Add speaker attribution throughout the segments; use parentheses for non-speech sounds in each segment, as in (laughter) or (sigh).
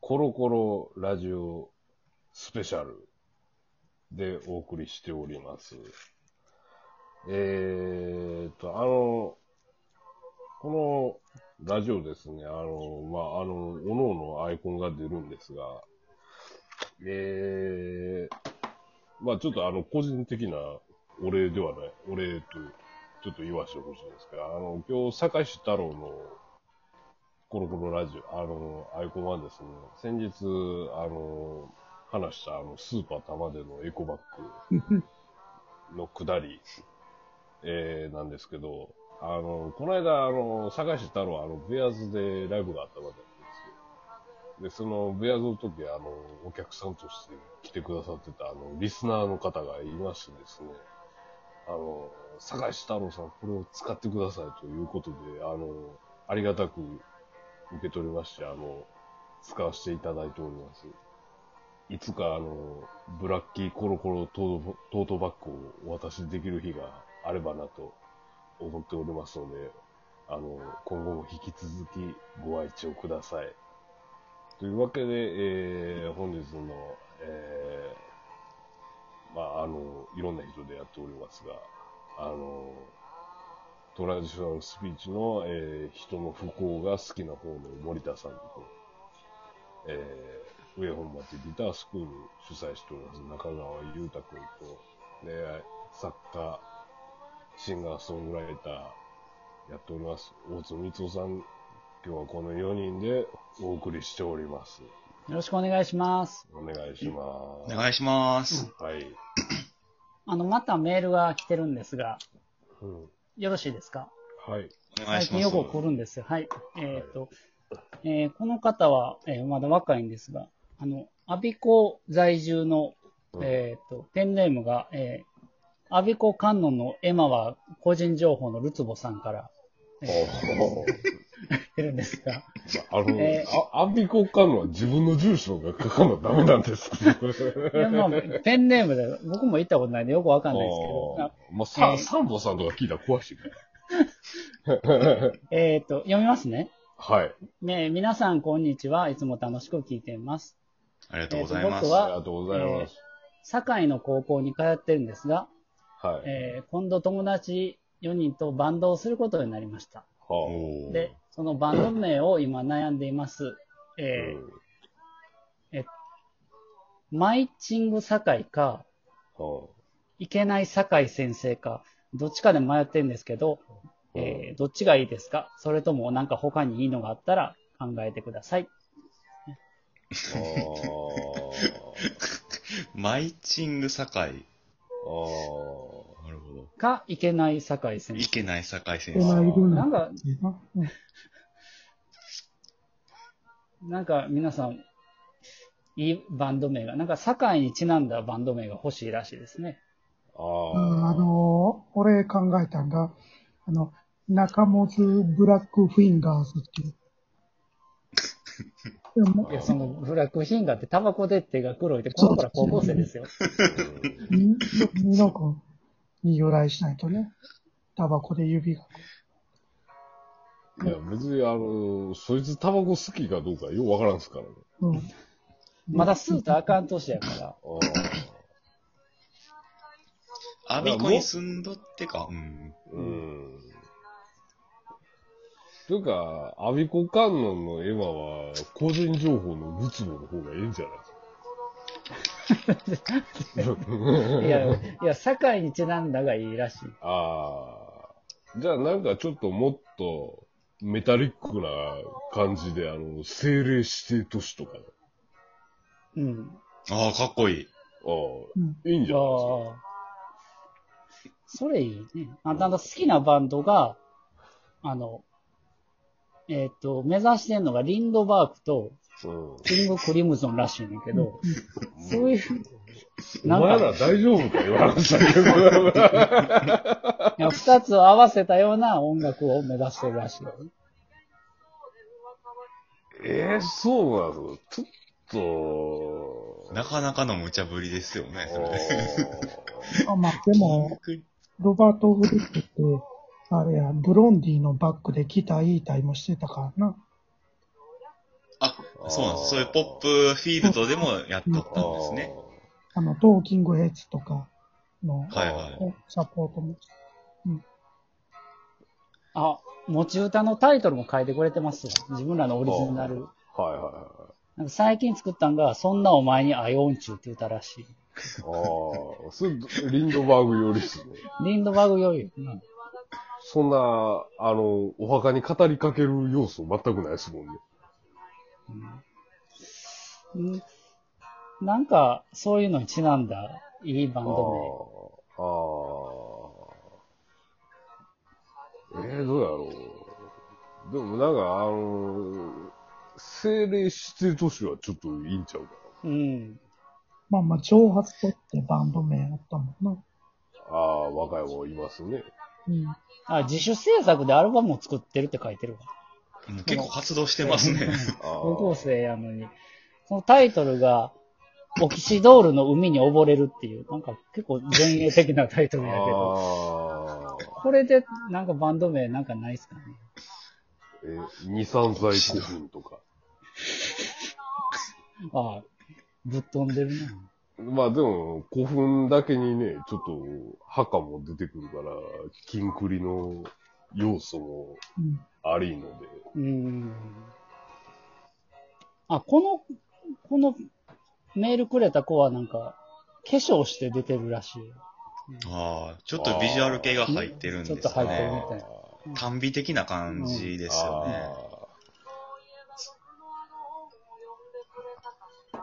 Speaker 1: コロコロラジオスペシャルでお送りしております。えーっと、あの、このラジオですね、あの、まあ、あの、おのおのアイコンが出るんですが、えー、まあちょっとあの、個人的なお礼ではない、お礼と、ちょっと言わせてほしいんですけど、あの、今日、坂石太郎のコロコロラジオ、あの、アイコンはですね、先日、あの、話した、あの、スーパー玉でのエコバッグの下り、えー、なんですけど、あの、この間、あの、坂石太郎、あの、ベアーズでライブがあったわけなんですよ。で、その、ベアーズの時、あの、お客さんとして来てくださってた、あの、リスナーの方がいましてですね、あの、坂石太郎さん、これを使ってくださいということで、あの、ありがたく受け取りまして、あの、使わせていただいております。いつか、あの、ブラッキーコロコロトートトートバッグをお渡しできる日があればなと思っておりますので、あの、今後も引き続きご愛聴ください。というわけで、えー、本日の、えー、まあ、あの、いろんな人でやっておりますが、あの、トラディショナルスピーチの、えー人の不幸が好きな方の森田さんと、えー上本町ギタースクール主催しております中川裕太君と、で、作家、シンガーソングライターやっております大津光夫さん、今日はこの4人でお送りしております。
Speaker 2: よろしくお願いします。
Speaker 1: お願いしま
Speaker 3: お
Speaker 1: す。
Speaker 3: 願いします。
Speaker 1: はい。
Speaker 2: あの、またメールが来てるんですが、
Speaker 1: うん
Speaker 2: よろしいですか
Speaker 1: はい。
Speaker 3: お願
Speaker 2: 最
Speaker 3: いしま
Speaker 2: 近
Speaker 3: す。
Speaker 2: よく来るんですよ。はい。えっ、と、えーこの方は、えーまだ若いんですが、あの、アビコ在住の、
Speaker 1: うん
Speaker 2: えっ、と、ペンネームが、えーアビコ観音のエマは個人情報のルツボさんから
Speaker 1: あー
Speaker 2: 来てるんです
Speaker 3: (laughs)
Speaker 2: が、
Speaker 1: あの、
Speaker 2: え
Speaker 1: あアンビコカンは自分の住所が書かなダメなんですけど。
Speaker 2: いやまあ、ペンネームで僕も行ったことないんでよくわかんないですけど、
Speaker 1: あ
Speaker 2: あ
Speaker 1: ーまあ、さ
Speaker 2: えー
Speaker 1: サンボさんとか聞いたら怖いしね。
Speaker 2: えっ、と、読みますね。
Speaker 1: はい。
Speaker 2: ねえ皆さんこんにちは。いつも楽しく聞いています。
Speaker 3: ありがとうございます。
Speaker 2: えーと僕
Speaker 1: あ
Speaker 2: は
Speaker 1: りがとうございます。
Speaker 2: 堺の高校に通ってるんですが、
Speaker 1: はい。
Speaker 2: えー今度友達4人とバンドをすることになりました。
Speaker 1: は
Speaker 3: おー
Speaker 2: で、そのバンド名を今悩んでいます。
Speaker 1: あ
Speaker 2: えーマイチング堺か、いけない堺先生か、どっちかで迷ってるんですけど、えーどっちがいいですかそれともなんか他にいいのがあったら考えてください。
Speaker 3: マイチング堺。
Speaker 1: は
Speaker 3: なるほど。
Speaker 2: か、いけない堺先
Speaker 3: い
Speaker 2: 生。
Speaker 3: けない堺先
Speaker 4: お前
Speaker 3: 生。
Speaker 4: いる
Speaker 2: な
Speaker 4: なん
Speaker 2: か、
Speaker 4: うん
Speaker 2: なんか皆さん、いいバンド名が、なんか堺にちなんだバンド名が欲しいらしいですね。
Speaker 4: (laughs) うんあのー、俺考えたんが、あの、中本ブラックフィンガーズっていう。でも
Speaker 2: いや、そのブラックフィンガーってタバコで手が黒いって、この子ら高校生ですよ。
Speaker 4: みみのこに由来しないとね、タバコで指が。
Speaker 1: いや、別に、あの、そいつタバコ好きかどうかようわからんすからね。
Speaker 4: うん、
Speaker 2: まだスーとあかん年やか
Speaker 1: あ
Speaker 2: ら。
Speaker 1: ー
Speaker 3: アビコに住んどってか。うん。
Speaker 1: うん。というか、アビコ観音のエマは、個人情報のルツボの方がいいんじゃない
Speaker 2: いや、いや、堺にちなんだがいいらしい。
Speaker 1: ああ。じゃあなんかちょっともっとメタリックな感じで、あの、政令指定都市とか。
Speaker 2: うん。
Speaker 3: ああ、かっこいい。
Speaker 1: ああ、
Speaker 4: うん
Speaker 1: いいんじゃないです
Speaker 2: ああ。それいいね。あ、なんか好きなバンドが、あの、えっ、と、目指してんのがリンドバークと、
Speaker 1: か。うん。
Speaker 2: キングクリムゾンらしいんだけど、そう
Speaker 1: う、
Speaker 2: いう、
Speaker 1: お
Speaker 2: なんか
Speaker 1: 前ら大丈夫か言われましたけど。
Speaker 2: いや二つを合わせたような音楽を目指してるらしい。
Speaker 1: ええそうなんですか。ちょっと。
Speaker 3: なかなかの無茶ぶりですよね、そ (laughs) れ。
Speaker 4: あまあ、でも、ロバート・フリップって、あれや、ブロンディのバックでギターいいタイもしてたからな。
Speaker 3: あ、そうなんです。そういうポップフィールドでもやっとったんですね。
Speaker 4: あの、トーキングヘッズとかの
Speaker 1: あー。
Speaker 3: はいはい。
Speaker 4: サポートも。
Speaker 2: あ、持ち歌のタイトルも書いてくれてますよ。自分らのオリジナル。
Speaker 1: はいはいはい。
Speaker 2: なんか最近作ったんが、そんなお前にアイオンチューって言ったらしい。
Speaker 1: ああ、それ、リンドバーグよりですね。
Speaker 2: リンドバーグより、うん
Speaker 1: そんな、あの、お墓に語りかける要素全くないですもんね。
Speaker 2: うんんなんか、そういうのにちなんだ、いいバン
Speaker 1: あ
Speaker 2: ド
Speaker 1: あ。ああ。えー、どうやろう。でもなんか、あの、精霊指定都市はちょっといいんちゃうか
Speaker 2: 名。うん。
Speaker 4: まあまあ、挑発とってバンド名あったもんな。
Speaker 1: な。ああ、若い子いますね。
Speaker 4: うん。
Speaker 2: あ、自主制作でアルバムを作ってるって書いてるわ。
Speaker 3: もう結構活動してますね。
Speaker 1: ああ
Speaker 2: 高校生やのに。そのタイトルが、オキシドールの海に溺れるっていう、なんか結構前衛的なタイトルやけど、
Speaker 1: ああ。
Speaker 2: これでなんかバンド名なんかないっすかね。
Speaker 1: え、二三歳古墳とか。
Speaker 2: ああ、ぶっ飛んでるな。
Speaker 1: まあでも、古墳だけにね、ちょっと墓も出てくるから、金栗の要素も
Speaker 4: うん
Speaker 1: ありので。
Speaker 2: うーん。あ、この、このメールくれた子はなんか、化粧して出てるらしい。
Speaker 3: (laughs) ああ、ちょっとビジュアル系が入ってるん
Speaker 2: ちょっ
Speaker 3: で
Speaker 2: と
Speaker 3: す
Speaker 2: 入
Speaker 3: よ
Speaker 2: ってるみ
Speaker 3: ね。
Speaker 2: たいな。
Speaker 3: 単美的な感じですよね。
Speaker 1: あ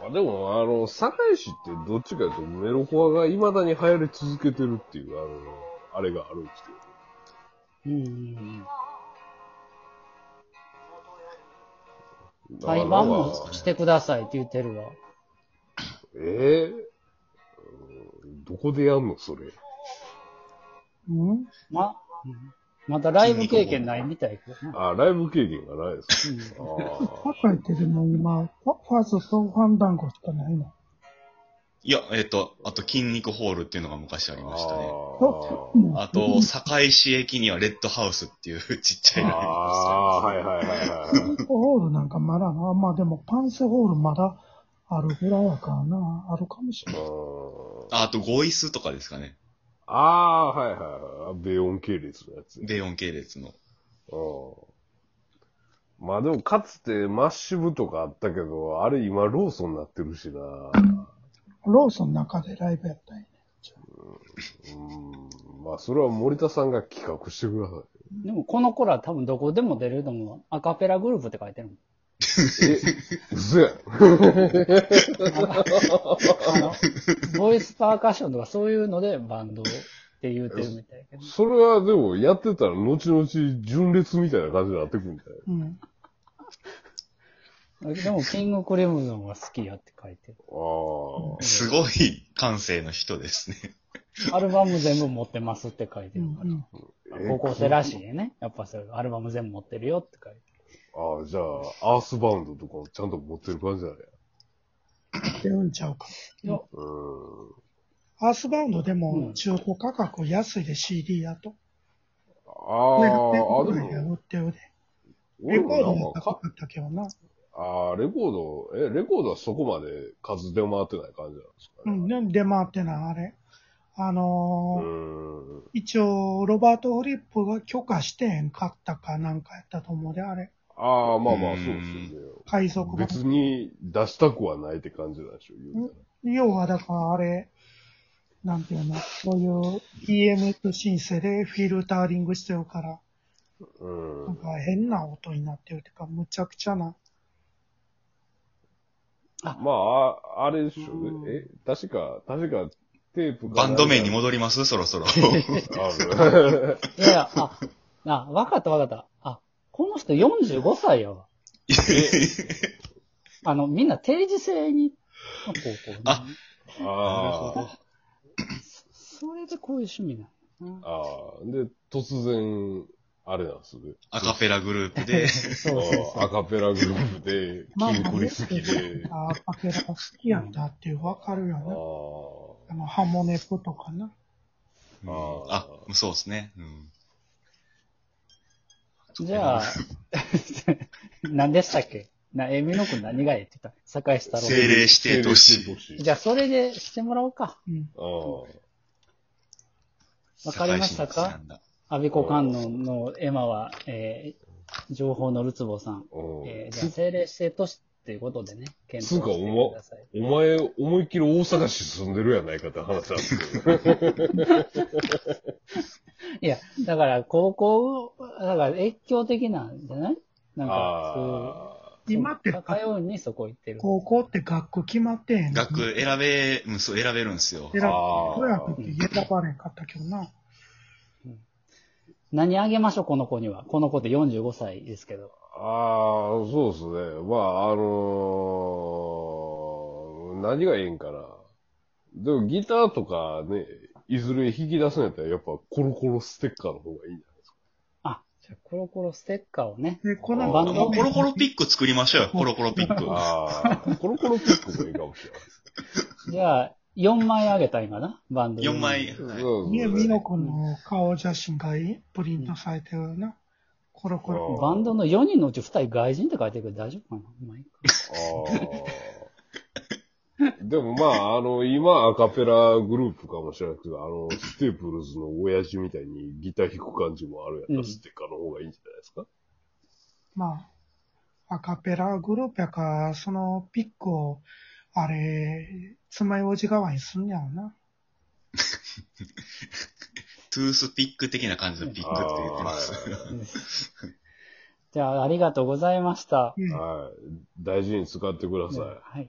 Speaker 1: ーまあでも、あの、堺市ってどっちかというとメロコアが未だに流行り続けてるっていう、あの、あれがあるんですけど。
Speaker 2: うんうんうん。
Speaker 1: あ
Speaker 2: 対
Speaker 1: の
Speaker 2: バンもしてくださいって言ってるわ。
Speaker 1: ええうんどこでやんのそれ。
Speaker 4: うん
Speaker 2: ま、うんまだライブ経験ないみたいけどな。
Speaker 1: あ、ライブ経験がないです。
Speaker 2: うん
Speaker 1: あ
Speaker 4: 高いってでも今、ファファーストファンダンゴしかないの。
Speaker 3: いや、えっ、と、あと、筋肉ホールっていうのが昔ありましたね。
Speaker 1: あ
Speaker 4: う。ん
Speaker 3: あと、堺市駅にはレッドハウスっていう (laughs) ちっちゃい
Speaker 1: あ
Speaker 3: のが
Speaker 1: あ、はいはいはいはい。
Speaker 4: ホールなんかまだな。まあでも、パンセホールまだあるぐらいやからな。あるかもしれない。
Speaker 3: ああと、ゴイスとかですかね。
Speaker 1: ああ、はいはいはい。米音系列のやつ。
Speaker 3: 米音系列の。
Speaker 1: うん。まあでも、かつてマッシブとかあったけど、あれ今ローソンになってるしな。
Speaker 4: ローソンの中でライブやったんやね。
Speaker 1: うん。まあそれは森田さんが企画してください。
Speaker 2: でもこの子ら多分どこでも出れると思う。アカペラグループって書いてるもん。
Speaker 1: え、嘘やん。
Speaker 2: ボイスパーカッションとかそういうのでバンドって言うてるみたいけど。
Speaker 1: それはでもやってたら後々純烈みたいな感じになってくるんじゃない
Speaker 4: うん。
Speaker 2: でも、キングクレムゾンは好きやって書いてる。
Speaker 1: あ
Speaker 3: すごい感性の人ですね。
Speaker 2: アルバム全部持ってますって書いて
Speaker 4: う
Speaker 2: る
Speaker 4: ん
Speaker 2: か
Speaker 4: うん
Speaker 1: あ。
Speaker 2: ら。高校生らしいね。やっぱそれ、アルバム全部持ってるよって書いて
Speaker 1: ああ、じゃあ、アースバウンドとかをちゃんと持ってる感じだね。
Speaker 4: 出るんちゃうか。
Speaker 2: る。よ
Speaker 1: うーん。
Speaker 4: アースバウンドで
Speaker 2: う
Speaker 4: も
Speaker 2: ん
Speaker 4: 中古価格安いで CD だと。
Speaker 1: あ
Speaker 4: あ
Speaker 1: あ、あ、でも、
Speaker 4: 売ってるで。
Speaker 1: 俺
Speaker 4: レコード
Speaker 1: も
Speaker 4: も
Speaker 1: なんか
Speaker 4: 高
Speaker 1: か、
Speaker 4: かったけどな。
Speaker 1: ああ、レコード、え、レコードはそこまで数出回ってない感じなんですか
Speaker 4: う
Speaker 1: ね。
Speaker 4: ん、でも出回ってない、あれ。あ
Speaker 1: う
Speaker 4: のー
Speaker 1: ーん。
Speaker 4: 一応、ロバート・フリップが許可してへんかったかなんかやったと思うで、あれ。
Speaker 1: ああ、まあまあ、
Speaker 3: うーん
Speaker 1: そうですよ
Speaker 4: 海賊
Speaker 1: ね。
Speaker 4: 版。
Speaker 1: 別に出したくはないって感じなんでしょ、言うたら
Speaker 4: 要は、だからあれ、なんていうの、そういう EMF 申請でフィルターリングしてるから、
Speaker 1: う
Speaker 4: なん
Speaker 1: ん。
Speaker 4: か変な音になってるっていうか、むちゃくちゃな。
Speaker 1: まあ、ああれでしょ
Speaker 2: う
Speaker 1: うんね。え、確か、確か、テープか
Speaker 3: バンド名に
Speaker 1: も。
Speaker 3: 戻りますそろそろ。
Speaker 1: ある
Speaker 2: いやいや、あ、あ、わかったわかった。あ、この人45歳やわ。あの、みんな定時制に、高校に。
Speaker 3: あ
Speaker 1: ああ。
Speaker 2: それでこういう趣味なのな。
Speaker 1: ああ、で、突然、あれなんですね。
Speaker 3: (laughs) アカペラグループで。
Speaker 2: そうそうそう。
Speaker 1: ああアカペラグループで、
Speaker 4: まあ、
Speaker 1: キンクリ好きで、
Speaker 4: あー、パケラ好きやったっていうわかるよ
Speaker 1: あ
Speaker 4: な。あの、ハモネプとかな。
Speaker 3: うん
Speaker 1: あ
Speaker 3: あ、そうですね。うん
Speaker 2: (laughs) じゃあ、何でしたっけな、え、みのくん何がええって言った坂井太郎。
Speaker 3: 精霊指定都市。
Speaker 2: じゃあ、それでしてもらおうか。
Speaker 4: うん。
Speaker 1: ああ。
Speaker 2: わかりましたか
Speaker 3: 堺市のなんだ
Speaker 2: 安倍子観音のエマは、えー情報のるつぼさん。
Speaker 1: うん
Speaker 2: えーじ
Speaker 1: つ
Speaker 2: ゃあ、政令指定都市っていうことでね、検
Speaker 1: つう
Speaker 2: 討
Speaker 1: か
Speaker 2: してください。
Speaker 1: お前、思いっきり大阪市住んでるやないかって話なんですけど。
Speaker 2: いや、だから、高校、だから、越境的なんじゃないなんか、そう
Speaker 1: あ
Speaker 2: いう。
Speaker 4: 今って
Speaker 2: そう高ようにそこ行ってる。
Speaker 4: 高校って学区決まってへんの。
Speaker 3: 学選べ、うん、そう、選べるんですよ
Speaker 4: 選。ぶ
Speaker 1: あー
Speaker 4: 学区って選ばれへんかったけどな。
Speaker 2: 何あげましょう、この子には。この子って45歳ですけど。
Speaker 1: あ、ああそうですね。まあ、あのー何がええんかな。でもギターとかね、いずれ弾き出すんやったらやっぱコロコロステッカーの方がいいんじゃないですか。
Speaker 2: あ、じゃあコロコロステッカーをね。
Speaker 4: で、こ
Speaker 1: あ
Speaker 4: の
Speaker 1: バンド
Speaker 3: もうコロコロピック作りましょうよ、コロコロピック。
Speaker 1: ああ、コロコロピックもいいかもしれない。
Speaker 2: じゃあ、4枚あげた、今な。バンド。
Speaker 3: 4枚。。はい
Speaker 1: そう
Speaker 4: み
Speaker 1: です
Speaker 4: みの
Speaker 1: ね。
Speaker 4: くんの顔写真がプリントされてるな。コロコロ。
Speaker 2: バンドの4人のうち2人外人って書いてるけど大丈夫かなまあいいか
Speaker 1: ああ。でもまあ、あの、今アカペラグループかもしれないけど、あの、ステープルズの親父みたいにギター弾く感じもあるやった
Speaker 2: う
Speaker 1: ら
Speaker 2: ん
Speaker 1: ステッカーの方がいいんじゃないですか。
Speaker 4: まあ、アカペラグループやから、そのピックを、あれ、つまようじ代わりにすんねやろな。
Speaker 3: トゥースピック的な感じのピックって言ってます。
Speaker 2: (laughs) じゃあ、ありがとうございました。
Speaker 4: うん
Speaker 1: はい。大事に使ってください。
Speaker 2: はい。